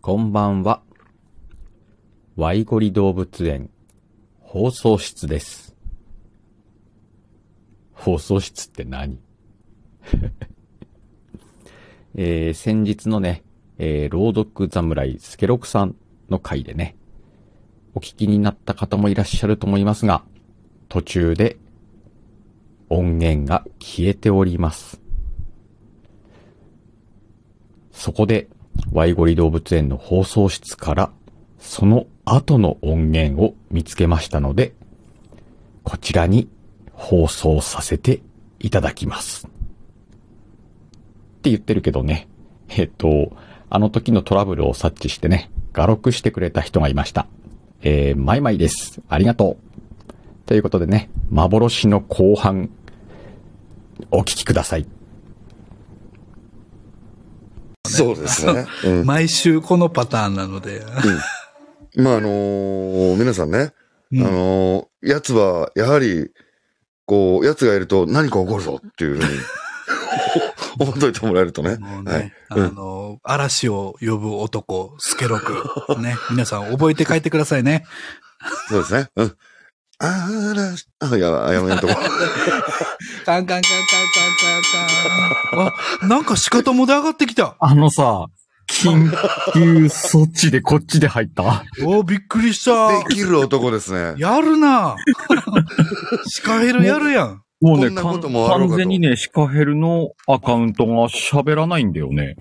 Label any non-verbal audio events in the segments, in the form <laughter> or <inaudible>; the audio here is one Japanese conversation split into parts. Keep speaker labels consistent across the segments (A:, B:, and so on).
A: こんばんは。ワイゴリ動物園放送室です。放送室って何 <laughs> えー先日のね、えー朗読侍スケロクさんの回でね、お聞きになった方もいらっしゃると思いますが、途中で音源が消えております。そこで、ワイゴリ動物園の放送室から、その後の音源を見つけましたので、こちらに放送させていただきます。って言ってるけどね、えっと、あの時のトラブルを察知してね、画録してくれた人がいました。えー、マイマイです。ありがとう。ということでね、幻の後半、お聞きください。
B: そうですね。うん
C: 毎週このパターンな
B: <laughs>
C: ので。
B: まあ、あのー皆さんね、
C: うん
B: あのーやつは、やはり、こう、やつがいると何か起こるぞっていうふうに、思っといてもらえるとね。
C: もうね、
B: はい。
C: あ
B: うん
C: の、嵐を呼ぶ男、スケロク。ね、皆さん覚えて帰ってくださいね。
B: そうですね。うん。あら、あ、いや、あやめんとこ。
C: カンカンカンカンカンカンカン。あ、なんか仕方もで上がってきた。
A: あのさ、緊急措置でこっちで入った。
C: おびっくりした。
B: できる男ですね。
C: やるな。 <laughs> シカヘルやるやん。
A: も
B: こんなこともあろうかと
A: 完全にね、シカヘルのアカウントが喋らないんだよね。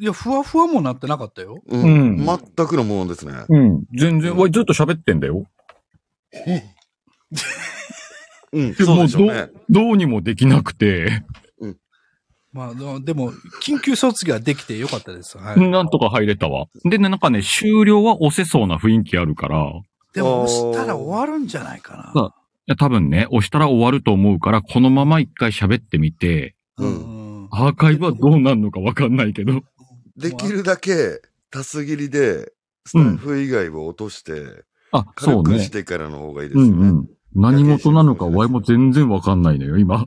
C: いや、ふわふわもなってなかったよ。
B: う
A: うん
B: ん。全くのものですね。
A: うん。全然、わずっと喋ってんだよ。
B: うん。そうでしょう
A: も
B: ね。
A: どうにもできなくて、
C: まあ、でも、緊急卒業はできてよかったです。はい。
A: なんとか入れたわ。でね、なんかね、終了は押せそうな雰囲気あるから、い
C: でも、押したら終わるんじゃないかな。
A: や多分ね、押したら終わると思うから、このまま一回喋ってみて、
B: うん
C: うん。
A: アーカイブはどうなるのかわかんないけど。
B: できるだけ、たす切りで、スタッフ以外を落として、
A: あ、そ
B: 軽
A: う
B: く
A: ね
B: し。てからの方がいいです
A: う
B: よね。
A: んうん。何事なのか、わいも全然わかんないのよ、今。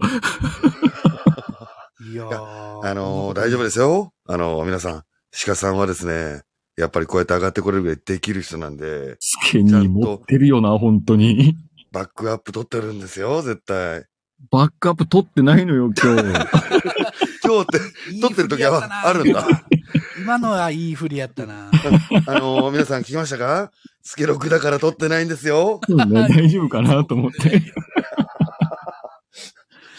C: いやー
B: あのー大丈夫ですよ。あのー皆さん、鹿さんはですね、やっぱりこうやって上がってこれるぐらいできる人なんで、
A: スケに持ってるよな、本当に。
B: バックアップ取ってるんですよ、絶対。
A: バックアップ取ってないのよ、今日。
B: 今日
C: <laughs>
B: って、
C: いい
B: 撮ってる時は
C: 振りやったな
B: あるんだ。
C: 今のはいい振りやったな。
B: あのー皆さん聞きましたかスケロクだから取ってないんですよ。
A: そうね、大丈夫かなと思って。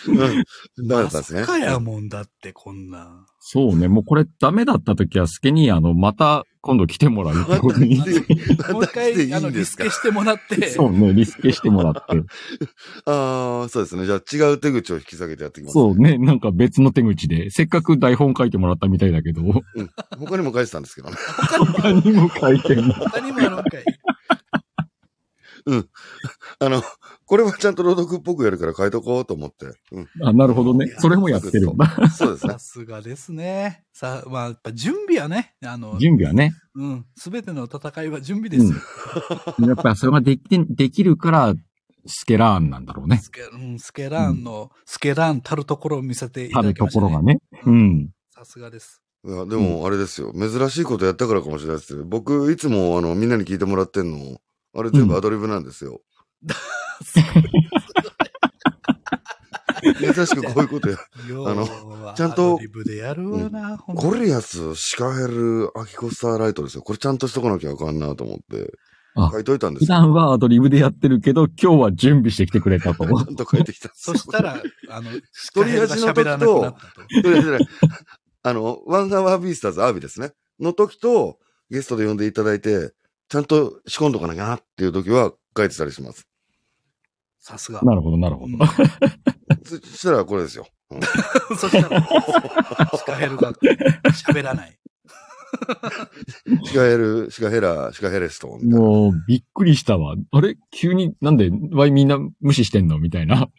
B: うん。ダメだ
C: ま
B: ったんですね
C: さ。かやもんだって、こ
B: <laughs>
C: んな。
A: そうね、もうこれダメだった時は、スケに、あの、また今度来てもらうってことに
B: ま。た
C: もう一
B: 来てい
C: 回、あ
B: い
C: の、
B: ん
C: リ
B: で
C: ス
B: す
C: ケ
B: か
C: してもらって。
A: そうね、リスケしてもらって。
B: ああ、そうですね。じゃあ違う手口を引き下げてやっていきます。
A: そうね、なんか別の手口で、せっかく台本書いてもらったみたいだけど、
B: 他にも書いてたんですけどね。
A: 他にも書いてない。
C: 他にもやろうかい。
B: あの、これはちゃんと朗読っぽくやるから変えとこうと思って。うん。
A: あ、なるほどね。それもやってるんだ。
B: そうですね
C: さ。すがですね。さあ、まあ、やっぱ準備はね、あの、
A: 準備はね。
C: うん、すべての戦いは準備ですよ。
A: やっぱそれができて、できるから、スケラーンなんだろうね。
C: スケうん、スケラーンの、スケラーンたるところを見せてい
A: あ
C: ただ
A: る
C: き
A: と
C: ました、
A: こ
C: ね。
A: ろがね。うん。
C: さすがです。
B: いや、でも、あれですよ。珍しいことやったからかもしれないですけど、僕、いつも、あの、みんなに聞いてもらってんの、あれ全部アドリブなんですよ。珍しくこういうことや。
C: よ
B: あの
C: う
B: ちゃんと
C: アドリブでやるわな、ほんと
B: ゴリアス、シカヘル、アキコスターライトですよ。これちゃんとしとかなきゃあかんなと思って
A: あ、
B: 書いといたんで
A: 普
B: すよ。
A: 段はアドリブでやってるけど、今日は準備してきてくれ <laughs> たと。
B: ちゃんと書いてきたんです
C: そ
B: よ。
C: し
B: <laughs>
C: たら、あの、
B: とりあえずの時と
C: 喋らなくなったと。
B: とりあえずね、あの、ワンガワービースターズ、アービーですね。の時と、ゲストで呼んでいただいて、ちゃんと仕込んどかなきゃなっていう時は書いてたりします。
C: さすが。
A: なるほど、なるほ
C: う
A: ど。
C: ん
B: そしたらこれですよ。うん
C: <laughs> そしたら、シカヘルが喋らない。
B: シカヘル、シカヘラ、シカヘレストンみたいな。
A: もう、びっくりしたわ。あれ急に、なんで、わいみんな無視してんのみたいな。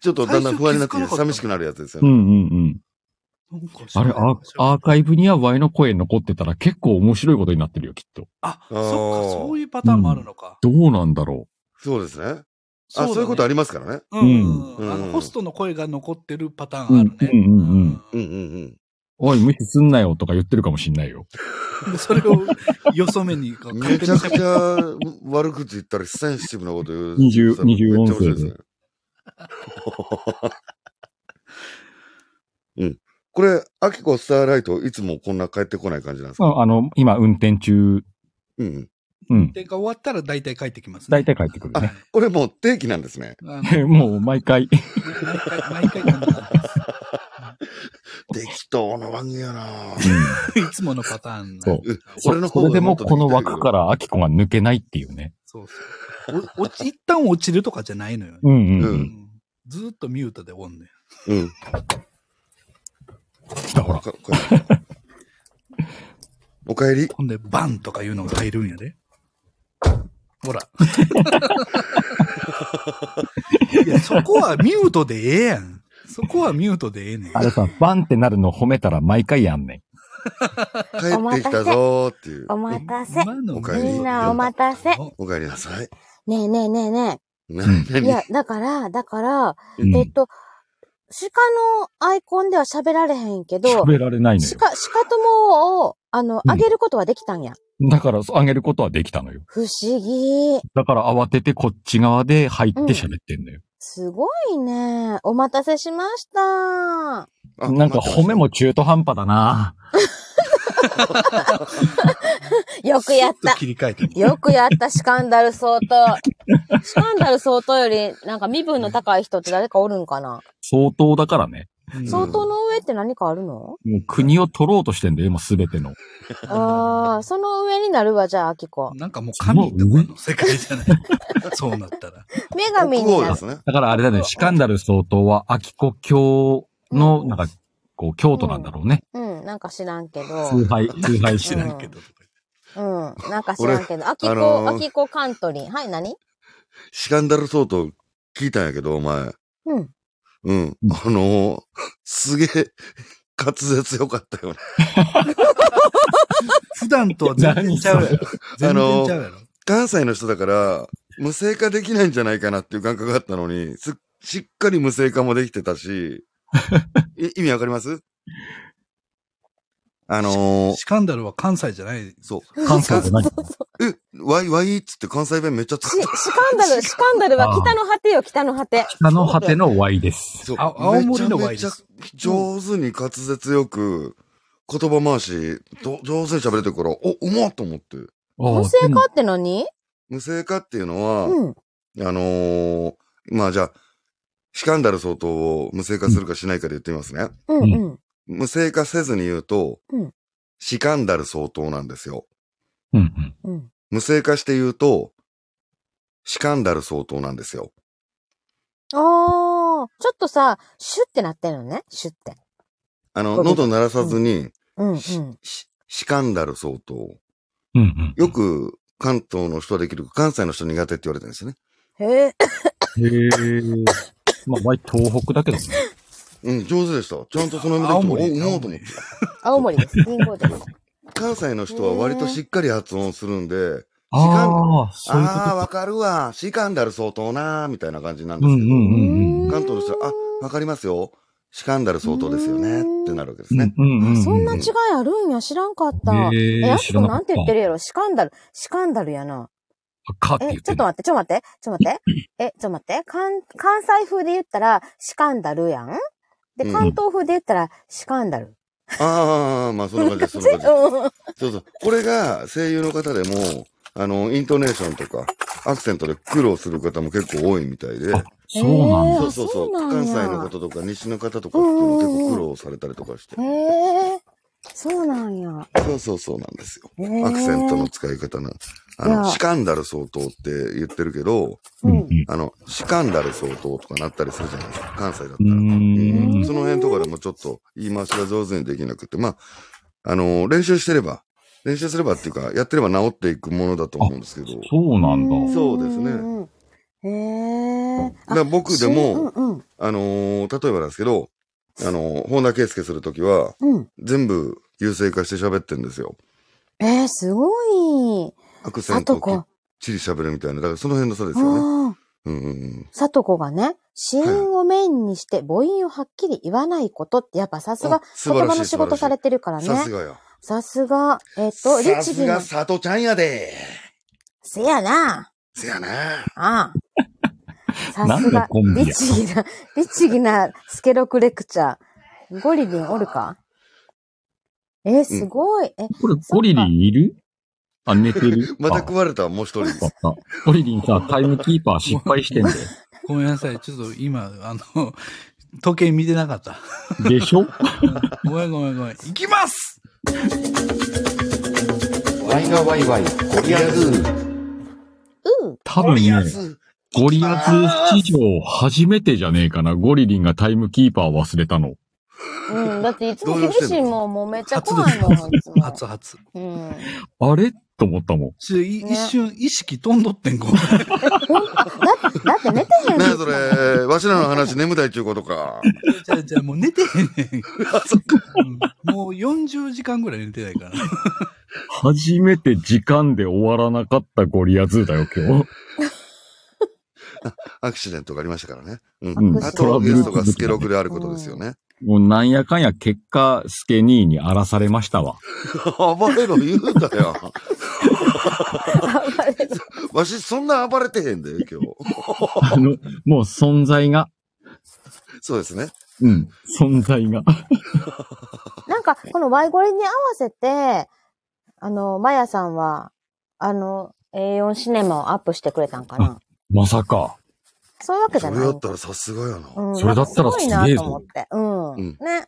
B: ちょっとだんだん不安になってきて、
C: 最初気づかなかった
B: 寂しくなるやつですよ
A: うん
B: ね。
A: うんうん。
C: なんか知
A: <laughs> あ
C: らな
A: れ、
C: い
A: アーアーカイブにはわいの声残ってたら結構面白いことになってるよ、きっと。
C: あ、そ
B: あー
C: っか、そういうパターンもあるのか。
A: どうなんだろ
B: そうですね。あ、
C: だね
B: そういうことありますからね。
C: うんうんうん。
B: うん
C: あの、ホストの声が残ってるパターンあるね。
A: うんうんうんうん
B: うんうんうん。
A: う。おい、無視すんなよとか言ってるかもしんないよ。
C: それをよそめに、完
B: め
C: 璧
B: ちゃ
C: に
B: くちゃ悪口言ったり、センシティブなこと言う。
A: 20 20
B: めっちゃ面白いですねうん。これ、アキコスターライト、いつもこんな帰ってこない感じなんですか
A: そうあの、今、運転中、
B: うん。
A: うん。
C: 点が終わったら大体帰ってきますね。
A: 大体帰ってくるね。
B: これもう定期なんですね。
C: あの
A: <laughs> もう、毎回。
C: 毎回、毎回こんな感じで
B: 適当な番組やな
C: す、いつものパターン。
A: そう
B: そ俺の
A: そ
B: 方が
A: れでも、
B: っと。
A: この枠からら、アキコが抜けないっていうね。
C: そうそうお落ち。一旦落ちるとかじゃないのよね。
A: うんうん。う、
B: うん
C: んずーっとミュートでおんねん。
B: うん。
A: 来た、ほら。
B: かこ <laughs> れおかえり。
C: ほんで、バンとかいうのが入るんやで。ほら。 <laughs> いや、そこはミュートでええやん。そこはミュートでええねん。
A: あれさ、バンってなるの褒めたら毎回やんねん。
B: 帰ってきたぞーっていう。
D: お待たせ。
C: 今の
B: おかえり
D: みんなお待たせ。ね
B: おかえりなさい。
D: えねえねえね
B: な、
A: ん
D: え。い
B: 何
D: や、だから、だから、
A: うん
D: えっと、鹿のアイコンでは喋られへんけど、鹿、
A: 喋られないのよ。
D: 鹿友を、あの、
A: うん
D: あげることはできたんや。
A: だから、そうあげることはできたのよ。
D: 不思議。
A: だから、慌ててこっち側で入って喋ってんのよ。
D: すごいね。お待たせしました。
B: あ
A: なんか、褒めも中途半端だな。
D: よくやっ
C: スッ
D: た
C: と。切り替えても。
D: よくやった、シカンダル相当。 <laughs> シカンダル相当より、なんか身分の高い人って誰かおるんかな
A: 相当だからね。
C: うん
D: 相当の上って何かあるの
A: もう国を取ろうとしてんだよ、今すべての。
D: ああ、その上になるわ、じゃあ、アキコ。
C: なんかもう神とかの世界じゃない。 <laughs> そうなったら。
D: 女
B: 国
D: 神に
B: 王
D: な
B: で
D: る。
B: すね。
A: だからあれだね、シカンダル総統は、アキコ教の、なんか、こう、京都なんだろうね。
D: うん、なんか知らんけど。
A: 崇拝、崇拝し
C: してて
A: る
D: <laughs>
C: ないけど。
D: うん、なんか知らんけど。アキ
B: あの
D: コ、
B: ー
D: アキコカントリー。はい、何
B: シカンダル相当聞いたんやけど、お前。
D: うん。
B: うん。あのー、すげえ、滑舌よかったよね。
C: 普段とは全然ちゃうやろ。全然ちゃうやろ。
B: 関西の人だから、無声化できないんじゃないかなっていう感覚があったのに、すしっかり無声化もできてた
C: <laughs>
B: し、い意味わかりますあのー、
C: シカンダルは関西じゃない。
B: そう。
A: 関西じゃない。
B: え、わいわいっつって関西弁めっちゃ使
D: シ
B: った。
D: シカ
B: <laughs>
D: ンダル、シカンダルは北の果てよ、北の果て。
A: 北の果ての Y です。
B: そう
C: あ青森のワイ
B: めち
C: で
B: ゃめち
C: す。
B: ゃ上手に滑舌よく、言葉回し、ど上手に喋れてるから、お、うまっと思って。
A: お
D: 無
A: う
D: 性化って何
B: 無声化っていうのは、
D: うん。
B: あのーまあじゃあ、シカンダル相当を無声化するかしないかで言ってみますね。
D: うん、うん。
B: 無声化せずに言うと、
D: うん
B: シカンダル相当なんですよ。
A: うんうん。
D: うん。
B: 無声化して言うと、シカンダル相当なんですよ。
D: ああ、ちょっとさ、シュってなってるのね。シュって。
B: あ
D: そ
B: の、
D: うです
B: 喉鳴らさずに、
D: うん、う
B: し
D: ん。
B: しシカンダル相当。
A: うんうん。
B: よく関東の人はできるけど関西の人苦手って言われてるんですよね。
D: へえ。
A: へー。まあ、Y 東北だけ
D: <laughs>
A: どね。
B: うん、上手でした。ちゃんとその意味で
C: 青
B: お
C: 森。
B: うま
C: 青
B: いと思っ
C: 森
B: て。
D: <laughs> 青森です。リンゴです。
B: 関西の人は割としっかり発音するんで、
A: ああ、そういうこ
B: ああ、わかるわ。シカンダル相当なー、みたいな感じなん
A: と。う
B: で
A: ん
B: す
A: う
B: けど、
A: んう
D: う
A: んうん。
B: 関東の人は、あ、わかりますよ。シカンダル相当ですよね。ってなるわけですね。
A: うんうんうん。
D: そんな違いあるんや、知らんかった。
A: へ
D: え、
A: ー
D: ア
A: 知
D: キ
A: ら
D: コ
A: なかっ
D: な
A: た
D: んて言ってるやろシカンダル。シカンダルやな。
A: かって
D: え、
A: 言っ
D: ちょ
A: て
D: っ
A: る
D: と。待って、ちょっと待って、ちょっと待って。
B: <clears throat>
D: え、ちょっと待って。関、関西風で言ったら、シカンダルやんで、
B: うん
D: 関東風で言ったら、シカンダル。
B: ああ、まあ、そんな感じです。そんな
D: <laughs>
B: 感じです。
D: うん。
B: そうそう。これが声優の方でも、あの、イントネーションとか、アクセントで苦労する方も結構多いみたいで、
A: あそうなんだ。
B: そうそうそう。
D: あそうなん
B: 関西
D: や
B: の方とか西の方とかっていうのも結構苦労されたりとかして。
D: へえ、そうなんや。
B: そうそうそうなんですよ。
D: へー
B: アクセントの。使い方な。あ
D: い
B: の、
D: や
B: シカンダル相当って言ってるけど、
A: う
D: うんん
A: う。ん。
B: あの、シカンダル相当とかなったりするじゃないですか。関西だったら。
A: うーん
B: うんその辺とかでもちょっと言い回しが上手にできなくて、まあ、あの、練習してれば、練習すればっていうか、やってれば治っていくものだと思うんですけど、
A: そうなんだ。
B: そうですね
D: んうんへえ。
B: だから僕でも
D: しうんうん
B: あのー例えばなんですけど、あのー本田圭佑するときは、
D: うん。
B: 全部優勢化して喋ってんですよ。
D: えー、すごい。
B: アクセ
D: さ
B: ント
D: と
B: をきっ
D: こ。
B: ちり喋るみたいな。だからその辺の差ですよね。
D: ああ。
B: うんうん
D: さとこがね、子音をメインにして母音をはっきり言わないことって、やっぱさすが
B: お、素晴らし
D: 言
B: い
D: 葉の仕事されてるから
B: うん。
D: ね
B: さ。すがよ。
D: さすが、えっと、
B: さ
D: 律
B: す
D: 儀
B: が、
D: の
B: 佐藤ちゃんやで。
D: せやな。
B: せやな。
D: あ
E: な
D: あ。さ
E: ん
D: す
E: の
D: が
E: コン、ビや
D: 律儀な、律儀なスケロクレクチャー。ゴリリンおるかえ、すごい。え、
E: これ、ゴリリンいるあ、寝てる
B: <laughs> また
E: あ
B: 食われた、もう一人。
E: よかったゴリリンさ、タイムキーパー失敗してんだよ。
B: <laughs>
C: ごめんなさい。ちょっと今、あの、時計見てなかった。
E: でしょ
C: ごめんごめんごめん。行きます
A: ワイがワイワイ、ゴリアズ
D: うん。
E: 多分ね、
B: 安
E: ゴリアズ史上初めてじゃねえかな。ゴリリンがタイムキーパー忘れたの。
D: うん。だっていつも
B: 動
D: 厳
B: 揺して
D: し
B: る
D: いもん、もうめっちゃ怖いもん、いつも
C: 初。々。
D: うん。
E: あれと思ったもん。
C: ちょい
D: ね
C: 一瞬意識飛んどってん、 <laughs> ごめん。
D: ほんあだって、だって寝てへん
B: <laughs> なにそれ、わしらの話眠たいちゅうことか。 <laughs>
C: じゃあじゃあもう寝てへんね <laughs> ん。うんもう40時間ぐらい寝てないから。
E: 初めて時間で終わらなかったゴリアズーだよ、今日。
B: アクシデントがありましたからね。う。
E: うんん
B: あと、ゲストがスケロクであることですよね。
E: もうなんやかんや結果、スケ兄に荒らされましたわ。
B: 暴れろ言うんだよ。
D: 暴れる
B: わし、そんな暴れてへんで、今日。
E: あの、もう存在が、
B: そうですね。
E: うん、存在が。
D: なんか、このワイゴリに合わせて、あの、マヤさんは、あの、A4 シネマをアップしてくれたんかな。
E: まさか。
D: そういうわけじ
B: そ
D: ゃ
B: れ
D: ない
B: や
D: ん
B: っ
D: か。
B: たらさすがやな。
D: うん、
E: それだったら
D: なんかす
E: すげえぞ
D: ごいなと思って。うん。
B: うん
D: ね。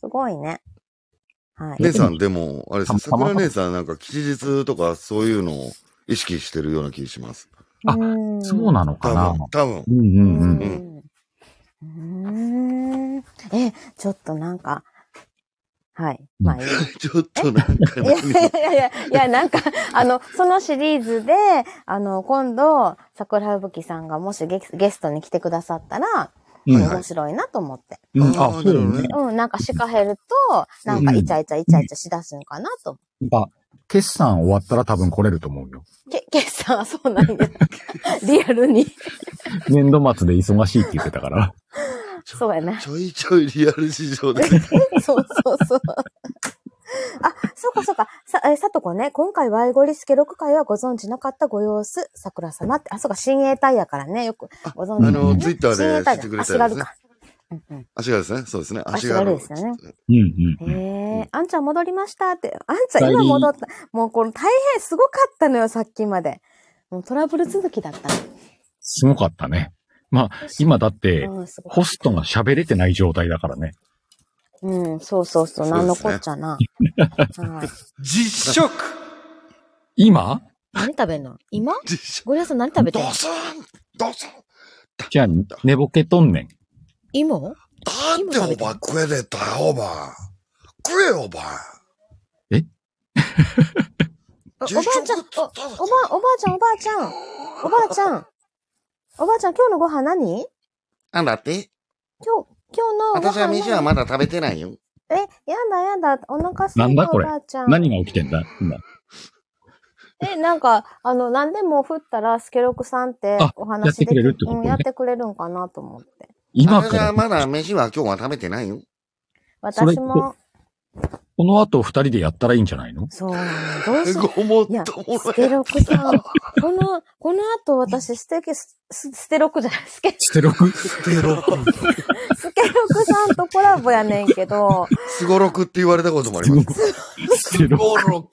D: すごいね。はい。
B: 姉さん、でも、あれですね、
E: たまたま
B: 桜姉さんなんか吉日とかそういうのを意識してるような気がします。
E: あ
D: ん
E: そうなのか
B: 多
E: な
B: 分、多分。
E: <laughs> うんう
D: うん
E: うん。
D: ん。うん。え、ちょっとなんか、はい。まあいいや。
B: ちょっとなんか
D: いや <laughs> いやいやいや、いや、なんか、あ
E: <laughs>
D: の、そのシリーズで、あの、今度、桜吹雪さんがもしゲスゲストに来てくださったら、
E: うん
B: はい
D: 面白いなと思って。
E: うん、
B: あ
E: あ、
B: ー
E: そうよね。
D: うん、なんかシカ減ると、なんかイチャイチャイチャイチャしだすんかなと。
E: あ、決算終わったら多分来れると思うよ。
D: け、けさんはそうなん
E: <laughs>
D: や。リアルに。
E: 年度末で忙しいって言ってたから。
D: そうやね。
B: ちょいちょいリアル市場で。
D: <laughs> そうそうそう。あ、そうかそうか。さ、え、さとこね、今回ワイゴリスケ6回はご存知なかったご様子、桜様って、あ、そうか、親衛隊やからね、よくご存知、ね。
E: あの
B: ツイッターで
D: 親衛隊
B: 知っ
D: じ
B: て
D: ゃ
B: く
D: ん
B: れ
D: あ
B: た
D: 足
B: や
D: が
B: つね
D: るか。うんうん。
B: 足軽ですね。そうですね。
D: 足
B: 足
D: 軽
B: 軽
D: ですよね
E: うんうんうん。
B: う
D: へえ、あんちゃん戻りましたって。あんちゃん今戻った。もうこの大変すごかったのよ、さっきまで。もうトラブル続きだった
E: すごかったね。まあ、今だって、
D: の。うん、すごい
E: ホストが喋れてない状態だからね。
D: うん、そうそうそう、なんのこっちゃな。はい。
C: 実食
E: 今
D: 何食べんの今
B: 実
D: ゴリラさん何食べて
B: ド
D: んの
B: スンドスン
E: じゃあ、寝ぼけとんねん。
D: 芋
B: だっておば食えれたよ、おば食えよ、おば
D: おおばあ
B: 実食
D: ちゃん、お、
B: つった
D: おばあ、おばあちゃん、おばあちゃん。おばあちゃん。おばあちゃん、今日のご飯何
B: なんだって
D: 今日、今日のご飯何。
B: まだ食べてないよ。
D: え、やだやだ、お腹すいた
E: なんだこれ
D: おばあちゃん。
E: 何が起きてんだ今。
D: え、なんか、あの、何でも振ったら、スケロクさんって
E: あ
D: お話
E: やって
D: でき
E: くれるってことね
D: うん、やってくれるんかなと思って。
E: 今から、
B: だ飯は今日は食べてないよ。
E: それ
D: 私も、
E: この後二人でやったらいいんじゃないの
D: そうなの、どうしよう。
B: ごもっ
D: いや、
B: とも
D: ス
B: ろ
D: ケ
B: い。
D: ロクさん、この、この後私、ステケ、ススステロクじゃない、スケ、
E: ス <laughs> テロク
C: テロ
D: スケロクさんとコラボやねんけど、
B: すごろくって言われたこともあります。
E: ステロク
C: 登録。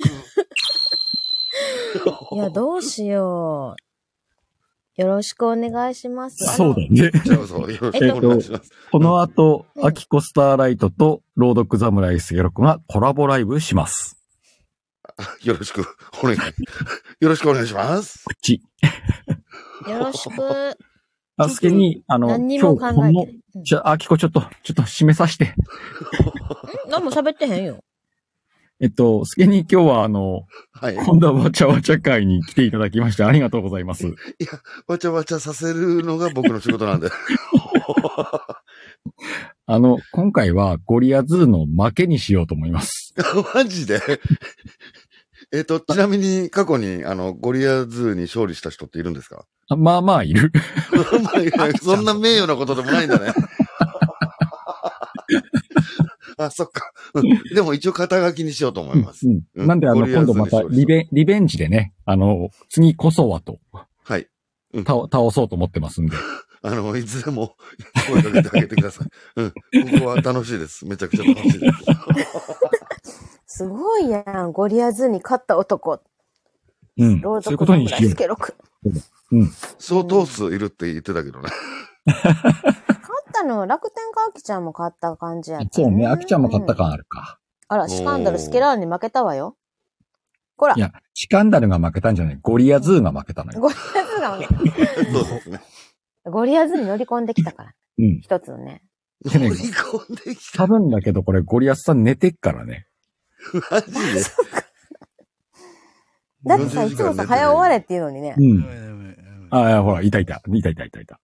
D: いや、どうしよう。よろしくお願いします。
E: そうだね。
B: じゃあ、そう、よろし
D: えっ
B: く
D: と
B: お願いします。
E: この後、
D: うん
E: アキコスターライトと朗読侍スゲロクがコラボライブします。
B: よろしくお願い。よろしくお願いします。
E: こっち。
D: あのよろしく。
E: あすけに、あの、
D: 何に
E: 今
D: も
E: 日
D: 考
E: こ
D: え
E: の
D: て、ない。
E: じゃあ、アキコちょっと、ちょっと締めさせて。
D: うん何も喋ってへんよ。
E: えっと、すけに今日はあの、
B: はい。
E: 今度はわちゃわちゃ会に来ていただきましてありがとうございます。
B: わちゃわちゃさせるのが僕の仕事なんで。
E: あの、今回はゴリアズーの負けにしようと思います。
B: <laughs> マジでえっと、ちなみに過去に、あの、ゴリアズーに勝利した人っているんですか <laughs>
E: まあまあいる。
B: そんな名誉なことでもないんだね。 <laughs> あ、そっか。 <laughs> うんでも一応肩書きにしようと思います。
E: うんなんで、あ
B: と
E: の、
B: りあえ
E: 今
B: ず
E: 度また
B: そうです
E: リベン、リベンジでね、あの、次こそはと、
B: はい。
E: 倒、倒そうと思ってますんで。
B: あの、いつでも <laughs> 声かけてあげてください。うん。ここは楽しいです。めちゃくちゃ楽しいです。
D: すごいやん。ゴリアズに勝った男。
E: うん。
D: 朗
E: そういう
D: 読
E: ことに
D: 侍
E: しよ
D: スケロク。
B: 相当数いるって言ってたけどね。
D: 勝ったの、楽天か秋ちゃんも勝った感じや
E: う。そうね、秋ちゃんも買った
D: か。
E: 感あるか。
D: あら、スカンダル、スケラーに負けたわよ。こら
E: い、や、シカンダルが負けたんじゃない、ゴリアズーが負けたのよ。
D: ゴリアズが、
B: そうですね。
D: <laughs> ゴリアズに乗り込んできたから。
E: うん。
D: 一つのね。
E: でね
B: 乗り込んできた。
E: 多分だけど、これゴリアスさん寝てっからね。
B: マジ <laughs> で。
D: だってさ、いつもさ、早終われっていうのにね。
E: ん。ああ、ほら、いたいた。いたいたいたいた。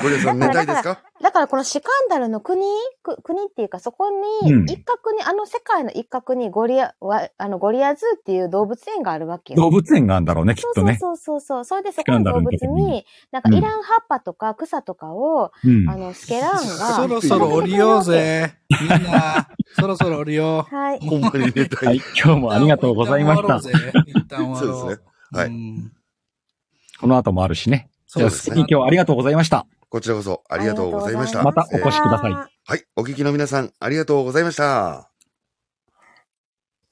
B: ゴリラさん寝たいですか
D: だからこのシカンダルの国、く国っていうかそこに
E: うん、
D: 一角に、あの世界の一角にゴリア、わあのゴリアズーっていう動物園があるわけよ。
E: 動物園があるんだろうね、きっとね。
D: そうそうそうそう。それでそ
E: シ
D: こ
E: カン
D: の
E: ダ
D: 動
E: ルの
D: 物
E: 時に
D: に、なんかいらん葉っぱとか草とかを、
E: うん。
D: あの、スケ
B: そ
D: ラー
C: そ
D: ンが、
C: ろそろ降りようぜ。みんな、そろそろ降りよう。
D: はい。
B: <laughs> ほんまに寝た。
E: はいい、今日もありがとうございました。
C: 一旦終わろう
B: そう
C: ぜ。
B: ですねはい
C: い。
E: <laughs> この後もあるしね。
C: そ
E: じ
C: う
E: ゃあ、
C: で
E: ス
C: す
E: テ
C: ね
E: ィ今日ありがとうございました。
B: こちらこそありがとうございました。
E: またお越しください
D: えー
B: はい。お聞きの皆さん、ありがとうございました。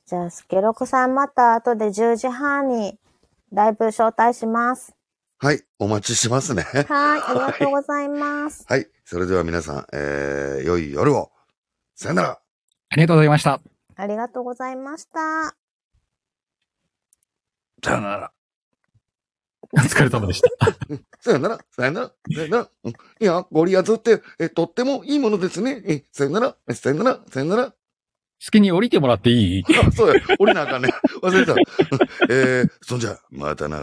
D: じゃあ、スケロクさんまた後で10時半にライブ招待します。
B: はい。お待ちして <laughs> ますね。
D: はい。ありがとうございます。
B: はい。それでは皆さん、えー、良い夜を。さよなら。
E: ありがとうございました。
D: ありがとうございました。
C: さよなら。
E: お疲れ様でした。
B: さよなら、さよなら、さよなら。うんいや、ゴリアズって、え、とってもいいものですね。え、さよなら、えさよなら、さよなら。
E: 好きに降りてもらっていい
B: あ、そうや、降りなあかんね。忘れてた。うんえー、そんじゃ、またな。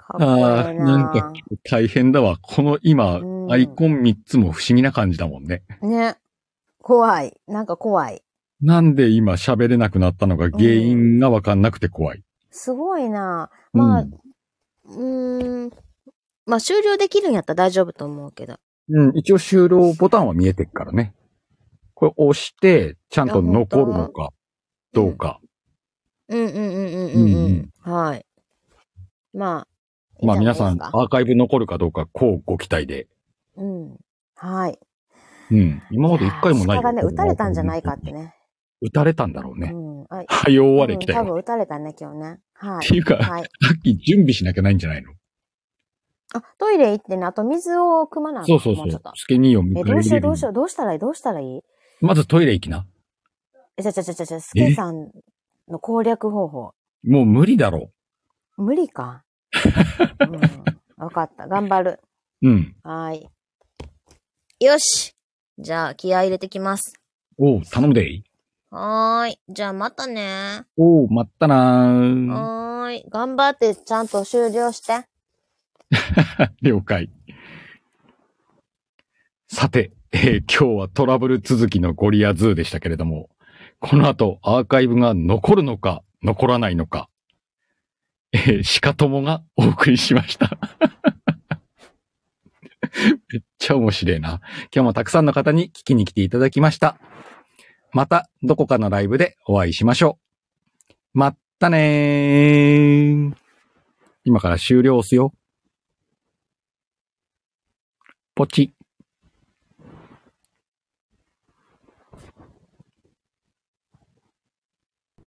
D: か
E: あ
D: っこいいな
E: あー、なんか大変だわ。この今
D: う、ん
E: アイコン3つも不思議な感じだもんね。
D: ね。怖い。なんか怖い。
E: なんで今喋れなくなったのか原因がわかんなくて怖い。
D: すごいなまあ、
E: う
D: うんーん。まあ、終了できるんやったら大丈夫と思うけど。
E: うん、一応終了ボタンは見えてるからね。これ押して、ちゃんと残るのか、どうか。
D: うんうんうんうんうんうん。はい。まあ、
E: まあ
D: いいん
E: 皆
D: じゃな
E: さ
D: い
E: ん、
D: ですか
E: アーカイブ残るかどうか、こうご期待で。
D: うん。はい。
E: うん。今まで一回もない
D: 鹿
E: よ。
D: がね、撃たれたんじゃないかって。ね。
E: 撃たれたんだろう
D: う
E: ね。
D: ん。あ
E: はよ終われ来た
D: うん多
E: よ。
D: 分撃たれたね、今日ね。は
E: っ
D: い。
E: ていうか、さ
D: はい。
E: っき準備しなきゃないんじゃないの
D: あ、トイレ行ってね、あと水を汲まなあかん
E: そうそうそ
D: もちょ
E: う
D: っと。
E: スケニーを迎
D: え、
E: え
D: どう
E: 入
D: しよ
E: れる
D: うどうしよう、どうしたらいいどうしたらいい
E: まずトイレ行きな。
D: え、ちゃちゃちゃちゃちゃ、スケさんの攻略方法。
E: もう無理だろ
D: 無理か。うん。わかった。頑張る。
E: う。うん。
D: はーい。よし。じゃあ、気合い入れてきます。
E: おう、頼むでい。
D: はーい。じゃあ、またね。
E: おう、まったなー。
D: はーい。頑張って、ちゃんと終了して。
E: 了解。さて、えー今日はトラブル続きのゴリアズーでしたけれども、この後アーカイブが残るのか、残らないのか、えー、鹿友がお送りしました。 <laughs> めっちゃ面白いな。今日もたくさんの方に聞きに来ていただきました。また、どこかのライブでお会いしましょう。まったねー。今から終了っすよ。ポチッ。